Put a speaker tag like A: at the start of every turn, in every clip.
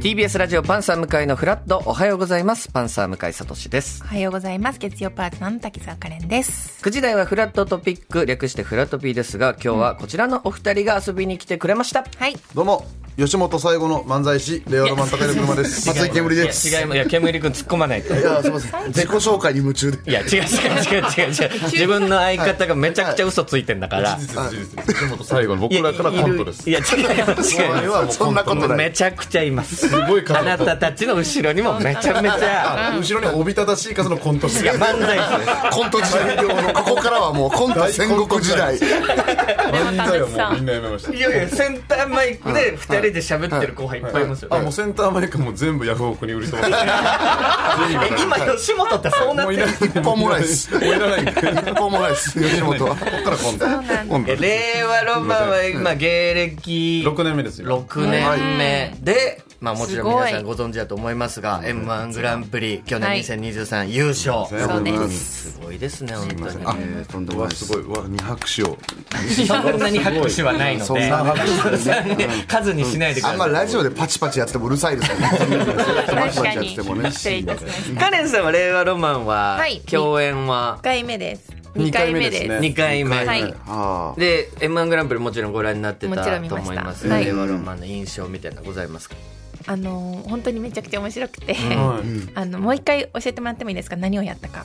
A: TBS ラジオパンサー向井のフラットおはようございますパンサー向井聡です
B: おはようございます。月曜パートナーの滝沢カレンです。
A: 9時台はフラットトピック略してフラトピーですが今日はこちらのお二人が遊びに来てくれました
B: はい。
C: どうも吉本最後の漫才師令和ロマン高井の車です松井煙です
A: いや違いますいや煙くん突っ込まないと
C: いやすいません自己紹介に夢中で
A: いや違う違う違う違う違う自分の相方がめちゃくちゃ嘘ついてんだから、
D: 吉本最後の僕らからコントです
A: いやいるいや違う違う
C: 俺はそんなことない
A: めちゃくちゃいます
D: ごい数
A: あなたたちの後ろにもめちゃめちゃ
D: あ後ろにおびただしい数のコント師
A: いや漫才師です
C: コント時代のここからはもうコント戦国時代
D: 漫才はもうみんなやめまし
A: いやいやセンターマイクで2人で喋ってる後輩いっぱいいますよ、
D: たあもうセンターマイクも全部ヤフオクに売り飛 ばして
A: え今吉本ってそうなっ
D: も
A: て
D: うい
A: る
D: らない
C: 一本もないです
D: もういらないんで
C: 一本もないです吉本は
D: こっからコント
C: コント
A: え令和ロマンは今芸歴
D: 6年目ですよ
A: 6年目で、まあ、もちろん皆さん
B: す
A: ご存知だと思いますが m 1グランプリ去年
B: はい
A: 2023優勝、
B: そうです。
A: すごいですね本当に
C: あとんで
D: う
C: もな
D: わ
C: いです
D: すごいうわ二拍手を
A: そんなに拍手はないの
C: そん
A: で
C: な拍手でね
A: 数にしないでくだ
C: あんま
A: さい
C: ラジオでパチパチやってもうるさいですよねパチ
B: 確
C: パ
B: か
C: チやっ
B: に。
C: てもね
B: 失礼いたしました。
A: カレンさんは令和ロマンは
B: はい
A: 共演は
B: 1回目です。
C: 二
B: 2回
C: 回
B: 目
C: 目
B: で。
C: ですすね
A: 2回目、
B: はい。
C: あー
A: で m 1グランプリもちろんご覧になって
B: もちろん
A: た
B: 見
A: と
B: ました
A: 思います
B: はい
A: 令和ロマンの印象みたいなのございますか
B: あのー、本当にめちゃくちゃ面白くて、
D: はい
B: あの、もう一回教えてもらってもいいですか何をやったか。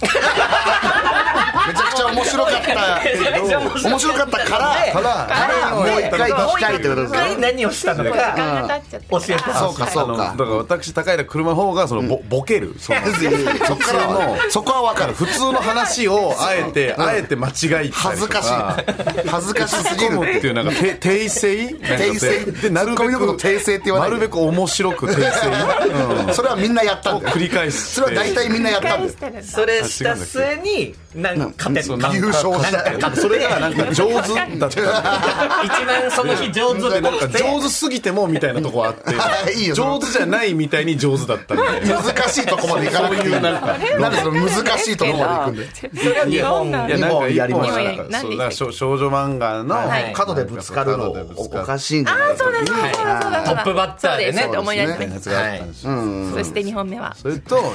C: めちゃくちゃ面白かったけど面白かったから
D: た
C: か
D: だ
C: らもう一回聞きたいってことで
A: 一
C: す
A: 回
C: ね
A: 何をしたの
B: 時
A: か
B: 間が経っちゃっ
A: 教え
B: て
A: てほしい
C: そうか
D: あ
C: そう
D: のだ
C: か
D: から私高平車の方がそのボボケるその
C: いやいやいやそっからはそこは分 かる
D: 普通の話をあえてあえて間違い
C: 恥ずかしい恥ずかしすぎ
D: 突っ込
C: る
D: むっていうなんかて訂正
C: 訂正
D: でなる
C: ツッコミ
D: べ
C: のこと
D: く
C: 訂正って言わない
D: なるべく面白く訂正
C: それはみんなやった
D: を
C: んだよ
D: 繰り返す
C: それは大体みんなやったん
B: 返
C: だよ
B: してるんだ。
A: それした末になんか勝て
D: そう
A: る
D: なんか
C: 優勝したよ
D: なんかそれがなんか上手だった
A: 一番その日上手で
D: なんか上手すぎてもみたいなとこあっ
C: いい
D: て
C: よ
D: 上手じゃないみたいに上手だったみたいな
C: 難しいとこまでいかなくていい
D: そういうなんか
C: なんでその難しいとこまでいくん だよ
A: それは日本
D: いやなんか一本
C: 二
B: 本やりました
D: そうだから少少女漫画の
B: はい
C: 角でぶつかるの
D: 角でぶ
C: お
D: つかる
C: かしいんじゃない
B: そうだそうだそうだそうだ。
A: トップバッターでね
B: そうす思い出し
C: そう
B: て
C: で。
D: やつがあったんですよ
B: そして2本目は。
D: それと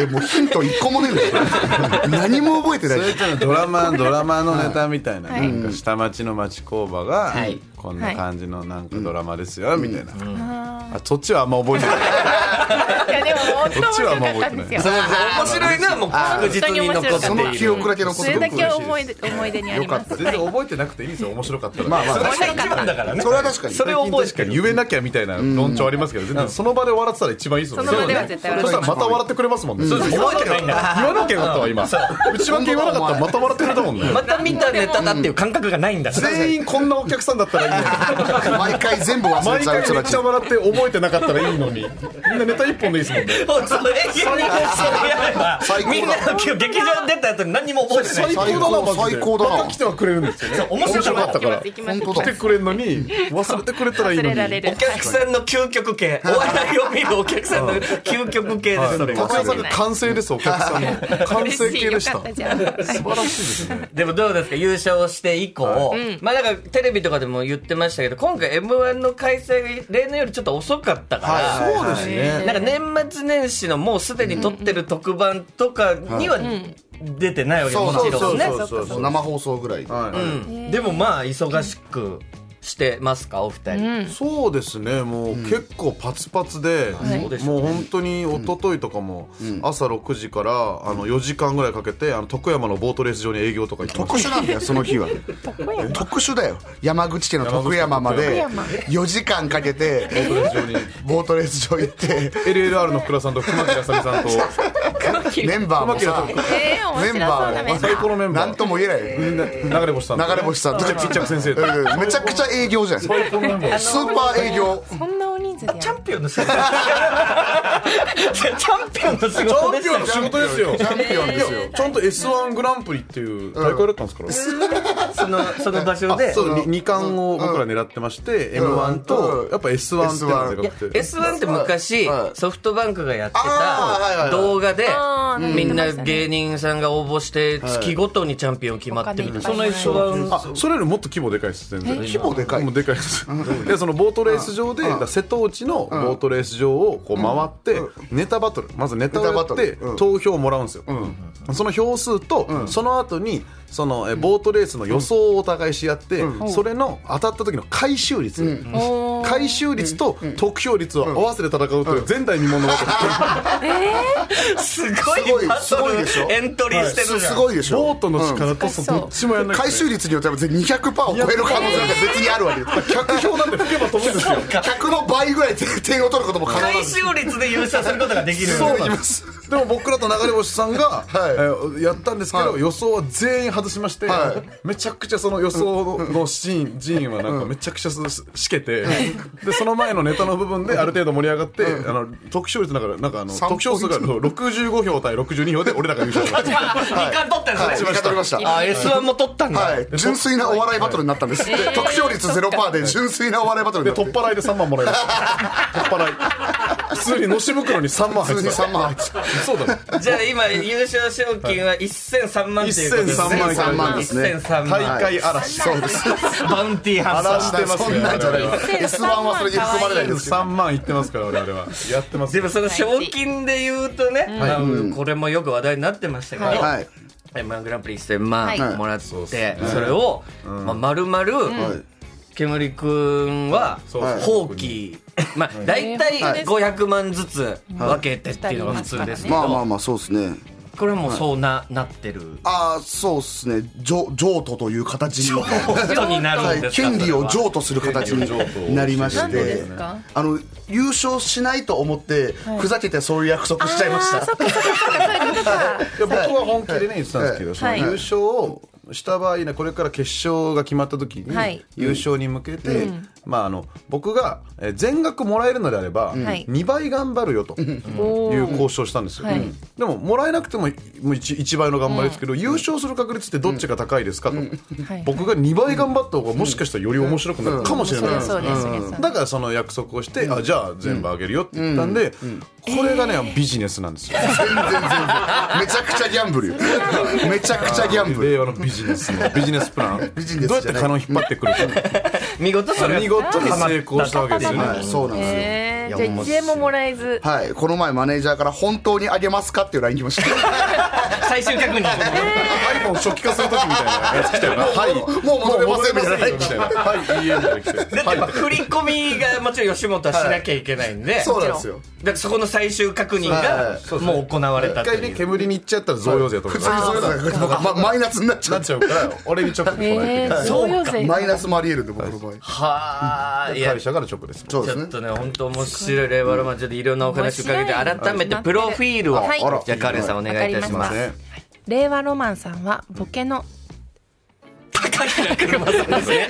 C: えもうヒント一個もねえんだよ何も覚えてな
D: そ
C: い
D: れとのドラマドラマのネタみたいな,、
B: はい
D: なんか下町の町工場が
A: はい
D: こんな感じのなんかドラマですよみたいな、あそっちはあんま覚えてない
B: いやでも本当面白かったんですよ。
A: 面白いのはもう確実に残
C: その
A: ってい
C: 記
A: る
C: 憶だけ残
B: そ
C: って
B: れだ
C: る
B: け思い出思い出にあり
D: よかっ
B: ま
D: た
B: す。
D: 全
B: はい
D: 然覚えてなくていいですよ面白かったら、
C: まあまあ
B: 面白かった。
A: だからね
C: それは確かに
A: それを覚え
D: 確かに言えなきゃみたいな論調ありますけど、全然その場で笑ってたら一番いいですもん
B: その場では絶対笑
D: そ
B: っ
D: してた
B: ま
D: らまた笑ってくれますもんね、そうそう言わなきゃ言わなきゃよかったわ今内訳言わなかったらまた笑ってくれたもんね
A: また見たネタだっていう感覚がないんだから
D: 全員こんなお客さんだったらいいのに
C: 毎回全部忘れ
D: 毎
C: ちゃう
D: 回
C: 人た
D: めっ
C: ち
D: ちゃ笑って覚えてなかったらいいのにみんなネタ一本でいいですもんね
A: そうそれそれやれば
C: 最高だ
A: みんな今日劇場出た後に何も覚えてない
D: 最高だなマジで
C: 最高だな
D: また来てはくれるんですよね
A: 面白かった
B: 行きます行きます
C: 本当
D: 来てくれるのに忘れてくれたらいいの
B: 忘
D: に
B: れられる
A: お。客さんの究極系お笑いを見るお客さんの究極系ですそれ
D: 高
A: が
D: 橋さんが完成ですお客さんの完成形でし
B: 嬉 しい
D: た
B: よかったじゃん
D: 素晴らしいですね
A: でもどうですか優勝して以降、まあだからテレビとかでも言ってましたけど今回 m 1の開催が例年よりちょっと遅かったから、
C: はい
D: そうですね
A: なんか年末年始のもうすでに撮ってる特番とかには出てないわけ
C: そう
A: もちろんね、
C: そうそうそう生放送ぐらいで
D: は
A: うんでもまあ忙しくしてますかお二人、
D: いそうですねもう結構パツパツで
B: い
A: そうでしょ
D: もう本当に一昨日とかも朝6時からあの4時間ぐらいかけてあの徳山のボートレース場に営業とか行ってま
C: 特
D: し
C: 殊なんだよその日は特殊だよ山口県の徳山まで
B: 山口
C: 4時間かけて
D: た非常に
C: ボートレース場行って
D: LLR の福田さんと熊木あさみさんと
C: メンバーもさ
B: えー、面
C: メ
B: 白そう
C: ンバ
B: だ
C: ーも
B: ね。
D: 最高のメンバー
C: 何とも言え ない
D: みんな流れ星さんと
C: 流れ星さんと
D: ピッチャー先生と
C: うんめちゃくちゃ営業じゃんスー
D: このメンバー
C: パー営業
B: そんな大人数でやる
A: チャンピオンの仕 事チャンピオンの仕事ですよ
D: チャンピオンの仕事ですよ
C: チャンピオンですよ
D: いやちゃんと S1 グランプリっていう大会だったんですから、
A: そのその場所で
D: そうに二冠を僕ら狙ってまして、
C: ん
D: M1 とやっぱ S1 っていうのがでかくて
A: S1 って昔
C: はい
A: ソフトバンクがやって
C: あーはいはいは
A: た
C: い
A: 動画で
B: あー
A: みん
B: う
A: なん芸人さんが応募して月ごとにチャンピオン決まってみたいなそ
B: お
A: の
B: 金いっぱい
A: 一番
D: あそれよりもっと規模でかいです全然
C: 規模でかい
D: もうでかいですでそのボートレース場でだから瀬戸地のボートレース場をこう回って、ネタバトルまずネタをや
C: ネタバ
D: っ
C: ト
D: て
C: ルうん
D: 投票をもらうんですよ、その票数と、その後にそのえボートレースの予想をお互いし合って、それの当たった時の回収率、
B: おー
D: 回収率と得票率を合わせて戦うという前代未聞のバトル
A: すごいバ
C: す
A: ト
C: ごい
A: ル
C: でしょ
A: エントリーしてる
C: す
A: じゃん、
C: すごいでしょ
D: ボートの力とそうどっちもやらないと
C: 回収率によっては200%を超える可能性が別にあるわけです
D: 客票なんて吹けば飛ぶんですよ
C: 100の倍ぐらい点を取ることも可能なん
A: 回
C: です
A: 収率で優勝することができる
D: そうなんですでも僕らと流れ星さんが、
C: はい
D: えーやったんですけど、
C: はい
D: 予想は全員外しまして、
C: は
D: めちゃくちゃその予想のシー ン、シーンはなんかめちゃくちゃすしけて、でその前のネタの部分である程度盛り上がって、あの得票率だからなんかあの
C: 三
D: 得票数がそう65票対62票で俺らが優勝しました
A: あ二冠取ったんですね、
C: はい味方取りました
A: あ S1 も取ったんだ、
C: はい純粋なお笑いバトルになったんです得票率0%で純粋なお笑いバトル
D: で
C: になっ
D: 取っ払いで3万もらいました取っ払い普通にのし袋に3万
C: た
D: 入っ
C: 普通
D: て
C: に
D: た
C: 3万入ってた
D: そうだね
A: じゃあ今優勝賞金は1003万っていうことですね
D: 1003万
C: ですね
A: 1003
D: 大
A: 万
D: 会嵐
C: そうです
A: バウンティーハン
D: 荒ら
A: タ
D: してます
C: そんなんじゃない
D: 我々は
C: S1 はそれに含まれないですけど
D: 3万いってますから我々はやってます
A: でもその賞金で言うとね、まあこれもよく話題になってましたけど、
C: はい
A: M1 グランプリ1000万
B: はい
A: もらって、それを、まあ、丸々、
C: はい
A: 煙くんは
D: そうそう
A: 放棄、まあ大体500万ずつ分けてっていうのが普通ですけど、
B: は
E: まあまあまあそうですね
A: これはもうそうな,、なってる
E: ああそうですね
C: 譲譲渡という形に
A: ことになるんですか
C: 権利を
A: それは
C: 譲渡する形になりま
B: なん
C: し
B: でで
C: て
B: すか
C: あの優勝しないと思ってふざけてそういう約束しちゃいまし
B: あー
C: た
B: そっかそっかそっかそういうことか
D: いや僕は本気でね言ってたんですけど、その
B: はい
D: 優勝をした場合ねこれから決勝が決まった時に、
B: はい
D: 優勝に向けて、まああの僕がえー全額もらえるのであれば、
B: はい
D: 2倍頑張るよと。
B: お
D: いう
B: ー
D: 交渉をしたんですよ、
B: はい
D: でももらえなくてももう 1, 倍の頑張りですけど、優勝する確率ってどっちが高いですかと、
B: はい
D: 僕が2倍頑張った方がもしかしたらより面白くなるかもしれないです
B: そうですそうですそうです
D: だからその約束をして、あじゃあ全部あげるよって言ったんで、これがね、ビジネスなんですよ
C: 全然全然めちゃくちゃギャンブルよめちゃくちゃギャンブル
D: 令和のビジネスのビジネスプラン
C: ビジネスじ
D: どう
C: ゃな
D: や
C: い
D: ってカノン引っ張ってくるか
A: 見事それは
D: 見事に成功したわけですよ
C: はい
D: ね
C: そうなんですよ
B: えー
A: いや
B: じゃあ
A: 面
B: 1
A: 白い
B: 円ももらえず
C: はいこの前マネージャーから本当にあげますかっていう LINE 来ました
A: 最終確認
D: iPhone 初期化する時みたいなやつ来たよなはい
C: もうもう戻れませんみたいな
D: みたいなはいいいえみたいな来て
A: だってやっぱ振り込みがもちろん吉本はしなきゃいけないんで、
C: そうなんですよ
A: だからそこの最終確認
C: は
A: が
C: い
A: もう行われた
D: 一
A: という
D: 回ね煙に行っちゃったら贈与税とか
C: 普通にそれだから僕まマイナスになっちゃ
D: な
C: う
D: っちゃうから俺に直で来ないといけ
B: え
D: ない
B: ー贈与税
C: マイナスもありえるんで僕の場合
A: はあいや
D: 会社から直です
C: そうで
A: ち
C: す
A: ょっ
C: ね
A: とね、本当面白い令和ロマンちょっといろんなお話伺
B: 面白
A: っ
B: い
A: て、改めてプロフィールを、
B: はいあら
A: じゃあ、カレンさんお願いいたし
B: わ
A: ま
B: か
A: す
B: り。令和ロマンさんはボケの
A: 高平車さんですね。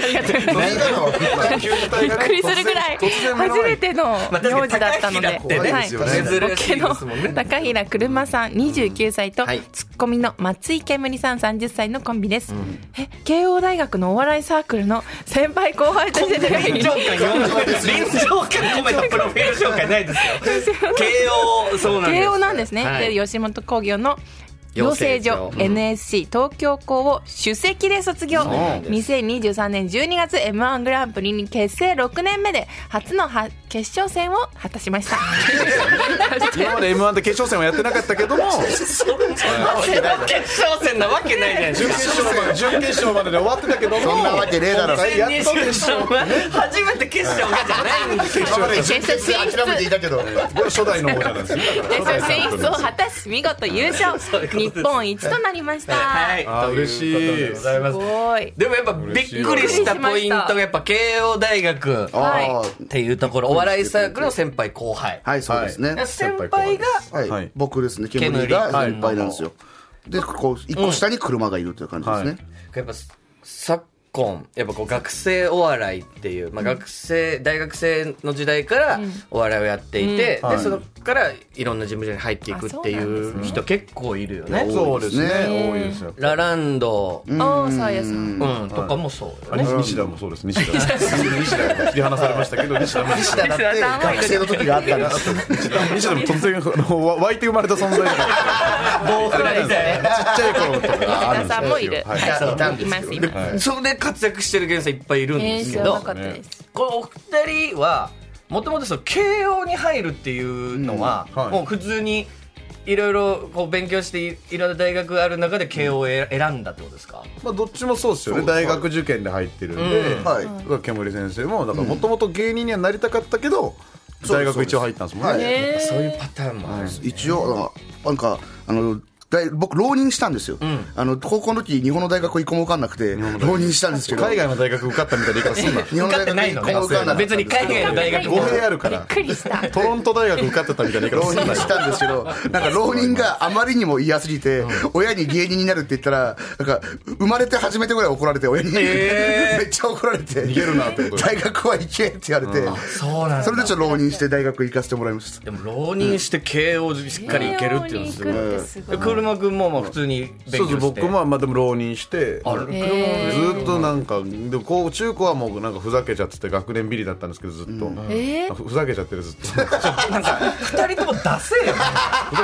B: びっくりするぐらい
D: 突然目の
B: 初
D: 前
B: めての名字だったので、
A: まあ確かに高平ってね
B: はい
A: 珍しい
B: ボケ
A: ですもんね
B: の高平車さん29歳と、
A: はい
B: ツッコミの松井煙さん30歳のコンビです、え慶応大学のお笑いサークルの先輩後輩として出会い
A: 臨場感臨場感込めたプロフィール紹介ないですよ。慶応、 そうなんです。
B: 慶応なんですね、
A: はい
B: で吉本興業の養成所
A: 養成所うん
B: NSC 東京校を首席で卒業2023年12月 m 1グランプリに結成6年目で初のは決勝戦を果たしました
D: 今まで M1 で決勝戦はやってなかったけども
A: 決勝戦なわけないじゃないです
D: 準
A: か。
D: 決勝まで準決勝までで終わってたけども
C: そんなわけねえだろ
D: やっと決
A: 2023
D: 勝
A: は 初めて決勝がじゃないんですよ。
C: 今まで
B: 決
C: 準
B: 勝
C: 決
B: 進
C: で諦めてい
B: 出
C: たけど
D: これ初代の王者なんですよ
B: 決勝進出を果たし見事優勝
A: そういうことです
B: 日本一となりました、
A: はい。
D: あー嬉しい
A: とうことでございます
B: す。ごい
A: でもやっぱびっくりしたポイントがやっぱ慶応大学っ
C: あー
A: ていうところ、お笑いサークルの先輩後輩。
E: はいそうですね
A: 先輩が
E: はい、
D: はい
E: 僕ですね
A: 煙
E: 煙が先輩なんですよでこう一個下に車がいるという感じですね、
A: やっぱ昨今やっぱこう学生お笑いっていう、まあ、学生、大学生の時代からお笑いをやっていて、
D: はい
A: でそのからいろんな事務所に入っていくって
B: あそうなん
A: いう人結構いるよね。
D: そうですね
E: ね
D: 多いですよ
A: ラランド、うん
B: ああさやさん
A: とかもそうよ
D: あ
A: ね。
D: 西田もそうです西田西田が切り離されましたけど西田も
C: 西田だって学生の時があったな
D: 西田も突然あのわ湧いて生まれた存在だから
A: 棒振られて。
D: ちっちゃい頃とかがあ
B: 皆
D: るんです
B: さ
D: よ
B: んもいる、
D: はい
C: そういたん
B: い
C: です
B: ますいます
A: それで活躍してる芸人さんいっぱいいるん
B: え
A: で
B: ー
A: す
B: 知
A: け
B: らな
A: ど
B: かったです
A: このお二人はもともとその慶応に入るっていうのは、
D: うんはい
A: もう普通にいろいろこう勉強していいろんな大学ある中で慶応をえ選んだってことですか、
D: まあ、どっちもそうですよね
E: そう
D: 大学受験で入ってるんで、
A: うん
E: はい
D: だから煙先生もだからもともと芸人にはなりたかったけど、
E: そう
D: 大学一応入ったんですもんね、
E: はい
B: えー
A: そういうパターンもあるんですね
E: 一応あのなんかあの大僕浪人したんですよ、あの高校の時日本の大学一個も受かんなくて浪人したんですけど
D: 海外の大学受かったみたいな言い方すんな
E: 日本の
A: 受かっ
E: 大
A: て
E: 学一
A: ない
E: 個
A: の
E: も受かんなかった
A: ね
E: んですけ
A: 別に
E: ど
A: 海外の大学
D: 語
A: も
D: 弊あるか
B: びっ
D: ら
B: くりした。
D: トロント大学受かってたみたいな言い方
E: 浪
D: すん
E: 人
D: なよ
E: したんですけ ど、なんか浪人があまりにも嫌すぎて、親に芸人になるって言ったら、なんか生まれて初めてぐらい怒られて、親に、
A: え ー
E: めっちゃ怒られて、
D: 逃げるなってこと
E: 大学は行けって言われて、
A: そうなんだ
E: それでちょっと浪人して大学行かせてもらいました。
A: でも浪人して慶応にしっかり行けるっていうのはすごい
B: 慶応に行くってすごい
A: で車君もまあ普通に
D: そ
A: 勉強
D: う
A: して
D: そう僕もまあでも浪人して
A: ある
B: へー
D: ずっとなんかでもこう中高はもうなんかふざけちゃってて学年ビリだったんですけどずっと、
B: えー
D: ふふざけちゃってるずっとふざ
A: なんか2人ともダセえよ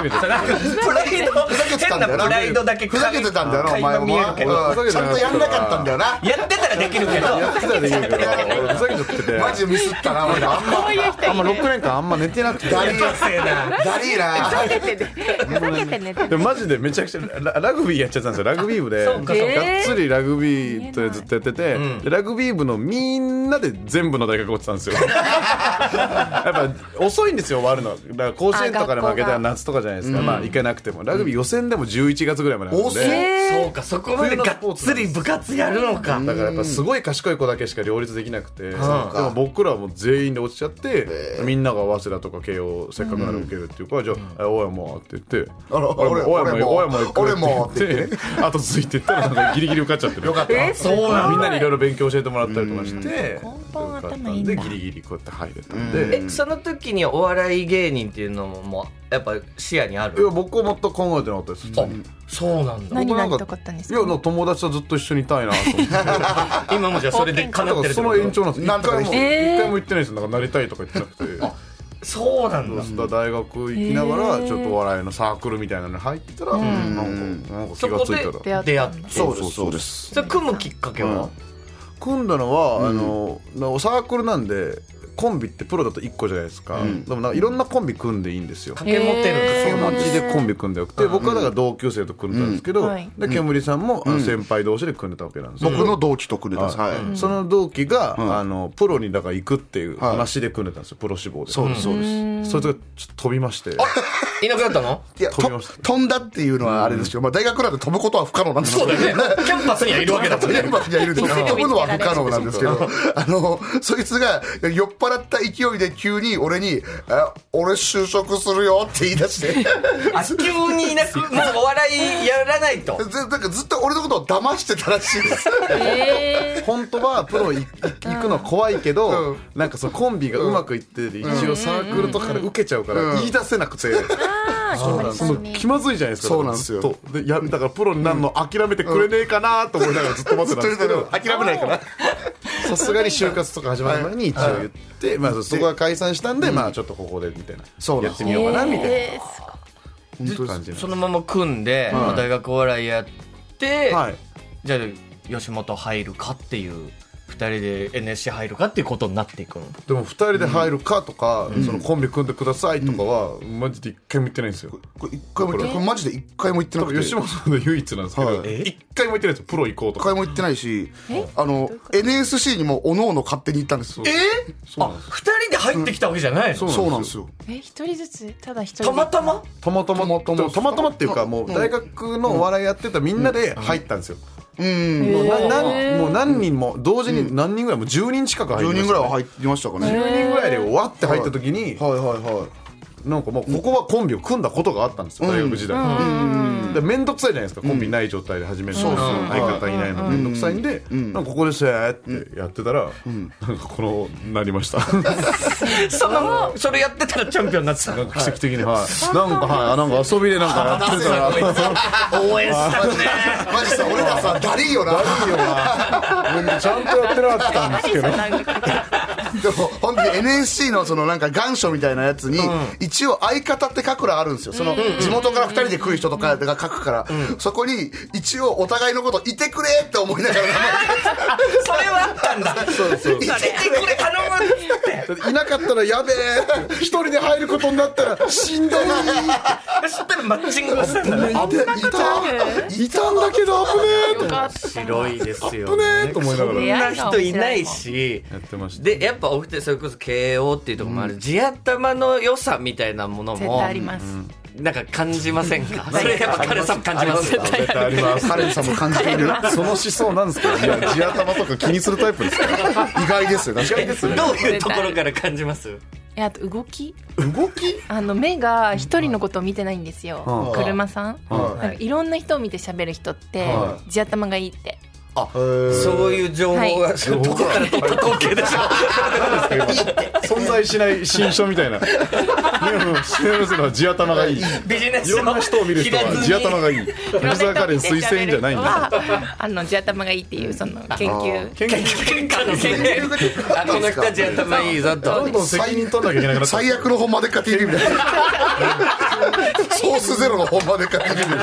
A: ね
D: けちゃってる
A: なんかプライド変なプライドだけ
E: ふざけてたんだよな、お前
A: 垣間見えるけど
E: は。うんちゃんとやんなかったんだよな。
A: やってたらできるけど
D: やってたらできるけど俺ふざけちゃってて
E: マジミスったな、俺。あんま、
B: こういう人
D: あんま
B: い
D: 6年間あんま寝てなくて
E: ダリー、
A: ダセえな
E: ダリーな。
B: ふざけてね。ふざけてね。
D: でもマジでめちゃくちゃララグビーやっちゃったんですよラグビー部で
A: そうか
D: がっ
A: そう
B: か
D: つりラグビーとずっとやってて、でラグビー部のみんなで全部の大学落ちた んですよやっぱ遅いんですよ終わるのだから甲子園とかで負け
B: あ学校
D: た
B: が
D: ら夏とかじゃないですか、まあ行けなくてもラグビー予選でも11月ぐらいまであるん
E: 遅い
D: で、
A: そうかそこまでがっつり部活やるのか
D: だからやっぱすごい賢い子だけしか両立できなくて、でも僕らはもう全員で落ちちゃって、みんなが早稲田とか慶応せっかくなら受けるっていうから、じゃああ「おやも」って言って「
E: あら俺
D: おやも」おやも行く
E: 俺も
D: って言って後続いてったらなんかギリギリ受かっちゃってるよかった
B: え
A: そうなんだ
D: みんなにいろいろ勉強教えてもらったりとかして
B: 根本頭いいんだ
D: でギリギリこうやって入れたんで。
A: えその時にお笑い芸人っていうのももうやっぱ視野にあ
D: い
A: る
D: や僕は全く考えてなかったです。
A: あそうなんだ
B: 何
D: 僕な
B: 何とかあったんですか
D: いやなん友達とずっと一緒にいたいなと思って。
A: 今もじゃあそれで叶ってる
D: だから
A: って
D: そ
A: こ
D: の
A: と
D: 延長なんです。一
E: なんとか
D: 回
E: で
D: も
E: す
D: 一回も言ってないです。なんかなりたいとか言ってなくて。
A: そうなんだ
D: だから大学行きながらちょっとお笑いのサークルみたいなのに入ってたら、なんかなんか気がつい
A: そ
D: た
A: こ
B: 出会った
D: ら
A: 出会って
E: そうです、そうです。
A: それ組むきっかけは
D: 組んだのは、あのサークルなんでコンビってプロだと1個じゃないですか、でもなんかいろんなコンビ組んでいいんですよ
A: 掛け持て
D: 手
A: るんだ
D: 持ちでコンビ組んでよくて、僕はだから同級生と組んでたんですけど、
B: うんはい
D: で煙さんも、あの先輩同士で組んでたわけなんですよ、
E: 僕の同期とくれたんです。はい。
D: その同期が、あのプロにだから行くっていう話で組んでたんですよプロ志望で
E: そうです、そうです。
D: それとちょっと飛びまして
A: いなくなったの
E: いや、
D: 飛び
E: と
D: ました
E: 飛んだっていうのはあれですけど、まあ大学なんて飛ぶことは不可能なんです
A: そうだよねキャンパスにはいるわけだもんね
E: メンバーにはいるんですけど飛ぶのは不可能なんですけど、あの、そいつが酔っ払った勢いで急に俺に、あ俺就職するよって言い出 して、
A: あ急にいなくもうお笑いやらない と
E: ずなんかずっと俺のことを騙してたらしいです。
B: え
D: 本当はプロいい行くのは怖いけど、
E: うん
D: なんかそのコンビがうまくいってて、一応サークルとかで受けちゃうから言い出せなくて、その気まずいじゃないですか
E: そうなんですよ
D: ずっとでやだからプロになるの諦めてくれねえかなと思いながらずっと待ってたんですけど
E: 諦めないから。
D: さすがに就活とか始まる前に一応言って、まあ、そこが解散したんで、まあちょっとここでみたいな
E: そうな
D: や
E: んで
D: っ
E: す
D: てみようかなみたい
B: えーすごい
D: な感じ
A: そ
D: の、
A: のまま組んで、まあ大学お笑いやって、
D: はい、
A: じゃあ吉本入るかっていう2人で NSC 入るかっていうことになっていくの
D: でも2人で入るかとか、そのコンビ組んでくださいとかは、マジで一回も言ってないんですよ
E: これ一回も言って、これマジで一回も言ってな
D: 多
E: く
D: 分
E: て。
D: 吉本で唯一なんですけど、
E: は
D: 一回も言ってないですよプロ行こうと
E: 一
D: か
E: 回も行ってないし、あの、NSC にもおのおの勝手に行ったんですよ。
A: えあ2人で入ってきたわけじゃないの、
E: そうなんですよ。
B: え一人ずつただ一人
A: たまたま
D: たまたま
E: たまたま
D: でもたまたまっていうかもう大学のお笑いやってたみんなで入ったんですよ、
E: うん。
D: もうななんもう何人も同時に何人ぐらいもう10人近く入り
E: 10
D: ましたね
E: 人ぐらいは入りましたかね。
D: 10人ぐらいでわって入った時に、
E: はいはいはい。
D: なんかもうここはコンビを組んだことがあったんですよ、大学時代にで面倒くさいじゃないですかコンビない状態で始めるの、
E: そうそう
D: 相方いないの面倒くさいんで、なんかここですーってやってたら、なんかこのなりました
A: そのそれやってたらチャンピオンになってた
D: なんか奇跡的に、はい、なんかはいあなんか遊びでなんかやってた ら
A: 応援したくね
E: マジさ、俺らさ、ダリーよな。
D: いいよ なちゃんとやってなかったんですけど
E: でも本当に NSC のそのなんか願書みたいなやつに、一応相方って書く欄あるんですよ。その地元から二人で来る人とかが書くから、そこに一応お互いのこといてくれって思いながら名前
A: それはあったんだ
E: そうそう
A: いてくれ頼むって
D: だっていなかったらやべえ一人で入ることになったらしんどい
A: そしたらマッチングしたんだね
D: 危ねいたいたんだけど危ねえと
B: か
A: 白いですよ
D: 危ねえと思いなが
A: そん
D: らや
A: な人いないし
D: ってました
A: でやっぱお二人それこそ慶応っていうところもある、地頭の良さみたいなもの
B: 絶
A: も
B: 対あります、
A: なんか感じませんかそれやっぱ彼さん感じますよ
D: 絶対あります
E: カレンさんも感じている
D: その思想なんですけどいや地頭とか気にするタイプですから
E: 意外ですよ確かに
A: どういうところから感じます
B: えあと動き
D: 動き
B: あの目が一人のことを見てないんですよ、
D: うん
B: 車さん、
D: はい
B: なんかいろんな人を見て喋る人って、
D: は
B: 地頭がいいって
A: そういう情報
B: は
A: が、そのどこから取った統計でしょ
D: 存在しない新書みたいなねうんシネムスのは地頭がいい
A: ビジネス
D: いろんな人を見る人は地頭がいい
B: いろんな人を
D: 吉沢カレン
B: 見て
D: 推薦じゃない んだ
B: 喋る人はあの地頭がいいっていうその研究
D: 研
A: 喧
D: 究
A: 嘩の宣言あこの人たち 頭いいぞと
D: どんどん責任取んなきゃいけなくなった
E: 最悪の本までか TV みたい なソースゼロの本までか TV ですよ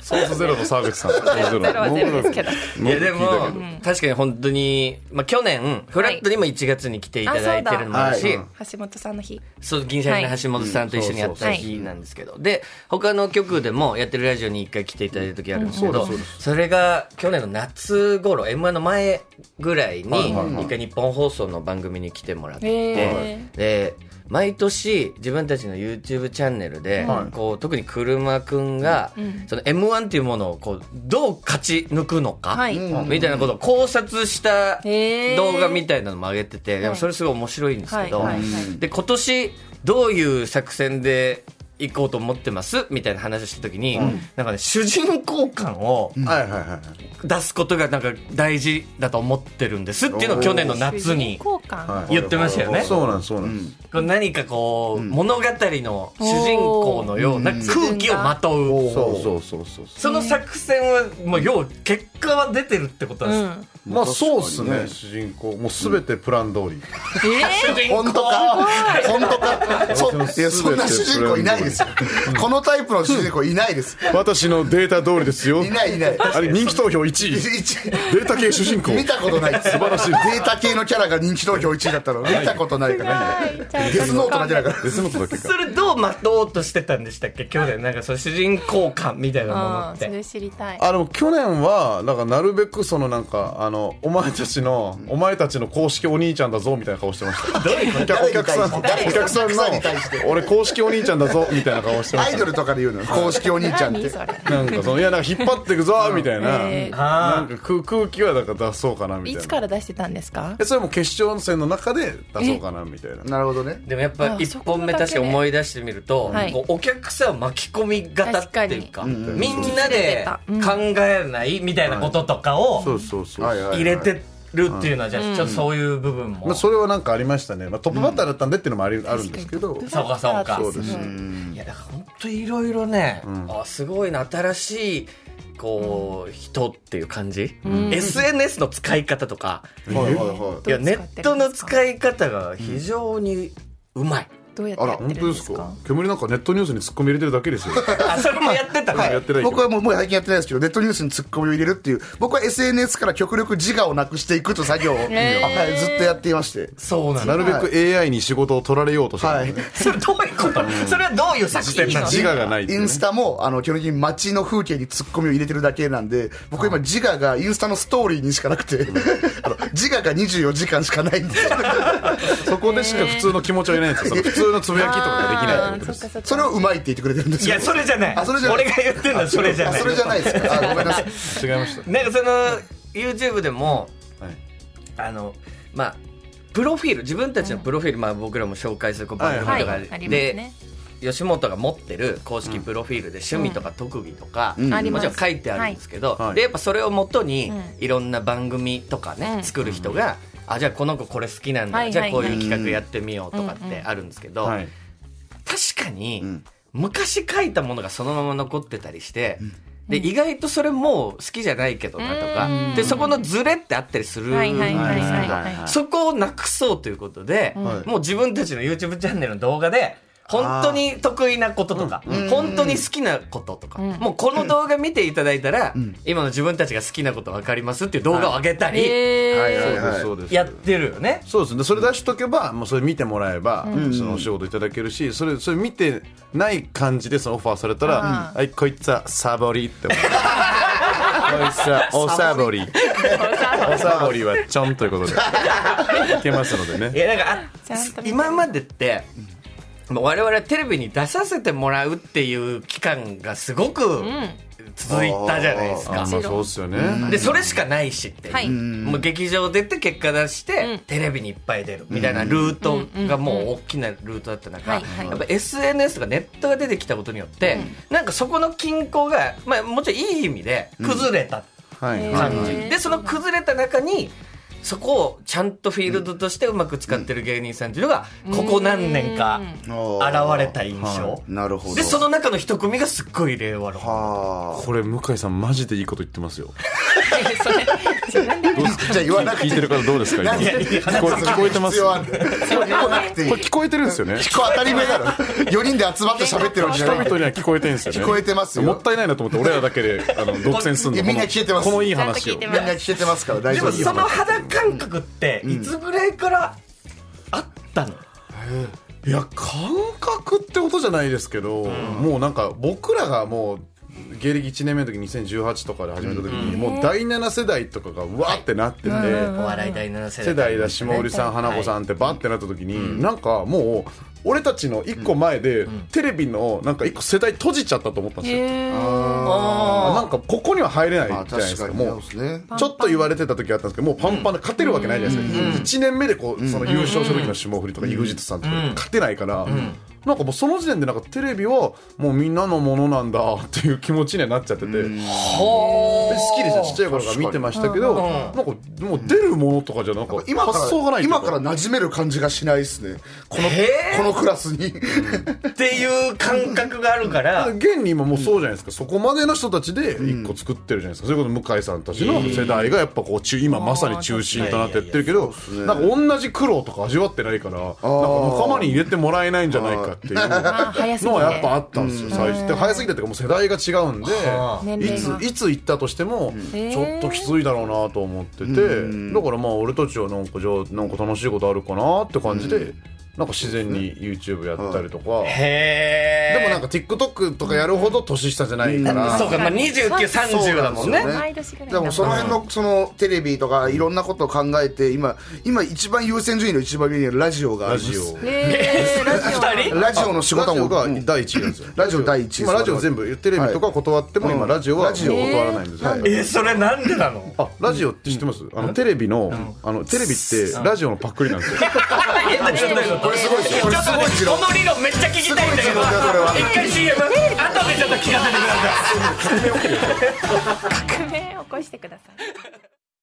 D: ソースゼロの沢口さんソースゼロ
B: ゼロはゼロですけど
A: いやでも確かに本当にまあ去年フラットにも1月に来ていただいてるのもある
E: はいあそ
A: し
E: うだ
B: 橋本さんの日
A: そう銀シャリの橋本さんと一緒にやった日なんですけどで他の局でもやってるラジオに1回来ていただいた時あるんですけどそれが去年の夏頃 m 1の前ぐらいに1回日本放送の番組に来てもらって
B: へ
A: で毎年自分たちの YouTube チャンネルで、こう特に車くんが、その m 1っていうものをこうどう勝ち抜くのか、
B: はい
A: みたいなことを考察した
B: へー
A: 動画みたいなのも上げてて、でもそれすごい面白いんですけど、
B: はいはいはい
A: で今年どういう作戦で行こうと思ってますみたいな話をした時に、なんかね主人公感を
D: はいはいはい
A: 出すことがなんか大事だと思ってるんですっていうのを去年の夏に
B: 交換、
D: はい
A: 言ってましたよね。
D: そうなんですそうなんです
A: こう何かこう、物語の主人公のような空気をまとう。
D: そうそうそうそう
A: その作戦は、もう要は結果は出てるってことなんで
D: まあそうっすね主人公もうすべてプラン通り
A: す。主人公
E: 本当か本当 かそいやそんな主人公いないですよこのタイプの主人公いないです
D: 私のデータ通りですよ
E: いないいない
D: あれ人気投票1位
E: 一
D: データ系主人公
E: 見たことない素
D: 晴らしい
E: データ系のキャラが人気投票1位だったの見たことないからデスノートだけだから
D: 別のことだけ
A: そ
D: か
A: れどうまとおうとしてたんでしたっけ去年なんかその主人公感みたいなもの
B: あ
A: っ
B: ーそれ
A: て。
B: 知りたい
D: あでも去年はなんかなるべくそのなんかあのお前たちのお前たちの公式お兄ちゃんだぞみたいな顔してましたお客お客さんお客さんの
E: に対して
D: 俺公式お兄ちゃんだぞみたいな顔してま
E: ア
D: し
E: イ
D: た
E: ドルとかで言うのよ公式お兄ちゃんって
B: 何それ
D: なんかそのいやなんか引っ張っていくぞみたいな、
B: えー
D: なんか空空気はだから出そうかなみたい
B: い
D: な
B: つから出してたんですか
D: えそれも決勝戦の中で出そうかなみたいな
E: なるほどね
A: でもやっぱ
B: あ
A: 一本目
B: そこだけね
A: 確か思い出してみると、
B: はい
A: こうお客さん巻き込み型っていうか
B: 確か
A: みんなで考えないみたいなこととかを
D: そうそうそう、
E: はいはいはい
A: 入れてるっていうのはじゃあちょっとそういう部分も。
D: まあ、それはなんかありましたね、まあ、トップバッターだったんでっていうのもあり、あるんですけど
A: そうかそうか
B: そうです
A: いやだから本当いろいろね、あすごいな新しいこう、人っていう感じ、SNS の使い方とか、
E: はいはいはい
A: いやネ
B: どう使ってるんですか
A: ットの使い方が非常にうまい、
B: どうやって
D: あ
B: や
D: ら
B: っ
D: 本
B: てる
D: 当
B: んで
D: で
B: すすか
D: か煙なんかネットニュースに突っ込み入れてるだけですよ
A: あそれもやってたの、
E: はい
D: やってないけど
E: 僕はもうもう最近やってないですけどネットニュースにツッコミを入れるっていう僕は SNS から極力自我をなくしていくという作業を、
B: へー
E: はいずっとやっていまして
A: そうな
D: な
A: の
D: るべく AI に仕事を取られようとしてる、
E: はい
A: それどういうこと、それはどういう作戦なの
D: 自我がないって
E: イ
D: いう
E: ン
D: ね
E: スタもあの基本的に街の風景にツッコミを入れてるだけなんで僕今自我がインスタのストーリーにしかなくてあの自我が24時間しかないんですよ
D: そこでしか普通の気持ちはいないんですよその普通のつぶやきとかができないってことです
B: あーそっかそっか
E: それをうまいって言ってくれてるんです
A: い
E: よ
A: やそれじゃない
E: あそれじゃない
A: 俺が言ってるのはそれじゃ
E: あ
A: ない
E: それじゃないですかあごめんなさい
D: 違いました
A: なんかその YouTube でも
D: はい
A: あのまあプロフィール自分たちのプロフィール、まあ、僕らも紹介するこう番組とか
B: は
A: で、
B: いありますね
A: 吉本が持ってる公式プロフィールで趣味とか特技とか、
E: ん
B: あり
A: も
B: ま
A: ち
B: す
A: ろん書いてあるんですけど、
D: はい
A: でやっぱそれをもとに
B: う
A: いろんな番組とかね、
B: うん
A: 作る人が、あじゃあこの子これ好きなんだ、
B: はい
A: じゃあこう
B: は
A: い
B: い
A: う
B: は
A: 企画やってみようとかってあるんですけど、
D: はい
A: 確かに、昔書いたものがそのまま残ってたりして、で意外とそれもう好きじゃないけどなとか、でそこのズレってあったりするんで
B: は
A: す
B: い
A: けど、
B: はいはいはいはい
A: そこをなくそうということで、もう自分たちの YouTube チャンネルの動画で、本当に得意なこととか、本当に好きなこととか、もうこの動画見ていただいたら、今の自分たちが好きなこと分かりますっていう動画を上げたり、
D: はい
B: えー
D: はいはいそうです
A: やってるよね。
D: そうですねそれ出しとけば、もうそれ見てもらえば、そのお仕事いただけるしそれそれ見てない感じでそのオファーされたら「はいこいつはサボり」って思うこいつはおサボりおサボりはちょんということでいけますので
A: い
D: ね
A: やなんか
B: ちゃんと
A: あ
B: 見て
A: 今までってもう我々はテレビに出させてもらうっていう期間がすごく続いたじゃないです
D: あま
A: か
D: あ。そうですよね、
A: でそれしかないしっていう、
B: はい
A: もう劇場出て結果出して、テレビにいっぱい出るみたいなルートがもう大きなルートだった中、
B: はいはい
A: やっぱ SNS とかネットが出てきたことによって、なんかそこの均衡が、まあ、もちろんいい意味で崩れた
D: はいはい
A: 感じ、
B: うん
A: でその崩れた中にそこをちゃんとフィールドとしてうまく使ってる芸人さんっていうのがここ何年か現れた印象、
E: なるほど
A: でその中の一組がすっごい令和の
E: あ
D: これ向井さんマジでいいこと言ってますよ
B: それなんで
D: どうです
E: じゃあ言わなくて
D: 聞
E: いい
D: いてる方どうですか今
E: 何
D: 聞こえ聞こえてます
E: 必要
D: こ
E: ある言わなくていい
D: れ聞こえてるんですよね
E: 聞こ当たり前だろ4人で集まって喋ってるわけじゃ
D: 人
E: ない
D: 々には聞こえてるんですよね
E: 聞こえてますよ
D: もったいないなと思って俺らだけであの独占すん
E: い
D: の
E: やみんな聞けてます
D: このいい話を
B: ちゃんと聞いて
E: み
B: ま
E: んな聞けてますから大
A: で
E: 丈夫
A: もその肌感覚っていつぐらいからあったの、
D: いや感覚ってことじゃないですけど、もうなんか僕らがもう芸歴1年目の時2018とかで始めた時に、もう第7世代とかがわーってなってて、
A: お笑い第7世代
D: 世代だ下織さん花子さんってバってなった時に、なんかもう俺たちの一個前で、テレビのなんか一個世代閉じちゃったと思ったんですよ、
B: えー
A: あ
D: なんかここには入れないじゃ
E: あ
D: ないで
E: 確
D: す
E: か
D: か
E: に
D: も
E: そううですね
D: ちょっと言われてた時あったんですけどもうパンパンで勝てるわけないじゃないですか、1年目でこうその優勝した時の霜降りとか EXIT さんとかで勝てないから、なんかもうその時点でなんかテレビはもうみんなのものなんだっていう気持ちにはなっちゃってて、で
A: ほ
D: 好きでしたちっちゃい頃から見てましたけど、なんかもう出るものとかじゃなんか
E: 今か
D: 発想がな
E: ら
D: いという
E: 今から馴染める感じがしないですねこの
A: へー
E: このクラスに
A: っていう感覚があるから
D: 現に今もうそうじゃないですか、そこまでの人たちで一個作ってるじゃないですか、それこそ向井さんたちの世代がやっぱこう中今まさに中心となってやってるけど、なんか同じ苦労とか味わってないからなんか仲間に入れてもらえないんじゃないかっていうの
B: あ早すぎて
D: はやっぱあったんですよ最初で早すぎてっていうかもう世代が違うんで
A: あ
B: ー
D: い
B: 年
D: つ
B: 齢が
D: いつ行ったとしても
B: ん
D: ちょっときついだろうなと思っててだからまあ俺たちはなんかじゃあなんか楽しいことあるかなって感じでなんか自然に YouTube やったりとか。
A: へ
D: でも
A: え
D: なんか TikTok とかやるほど年下じゃないか
E: うん
D: ら、
A: そうか、まあ、
E: そう
A: 2930
E: な
A: だ
E: んで
A: も
E: す
A: ん
E: よ
A: ね
E: ね
B: 毎年ぐらい
E: でもその辺のそのテレビとかいろんなことを考えて今今一番優先順位の一番上にはラジオがあ
D: ラ
E: りま
D: ジ
E: す
D: オ。
B: えーラジオ
A: 二人
E: ラジオの仕事
D: ラジオ
E: も
D: が
E: うん
D: 第一位なんですよ。
E: ラジオ第一位
D: 今ラジオ全部テレビとか断っても
E: はい
D: 今ラジオは
E: ラジオ
D: 断らないんですよ。
A: えそれなんでなの
D: あ、ラジオって知ってます？あのテレビのあのテレビってラジオのパクリなんですよ。
A: えちょっと待って
E: これすごいですよ
A: ち
E: こ
A: ょっ
E: れ
A: と
E: すごいで
A: 待
E: す
A: って
E: よ
A: この理論めっちゃ聞きたいんだけど
E: すごいですよこれは
A: 一回 CM 後でちょっと聞かせてください
B: 革命起こしてください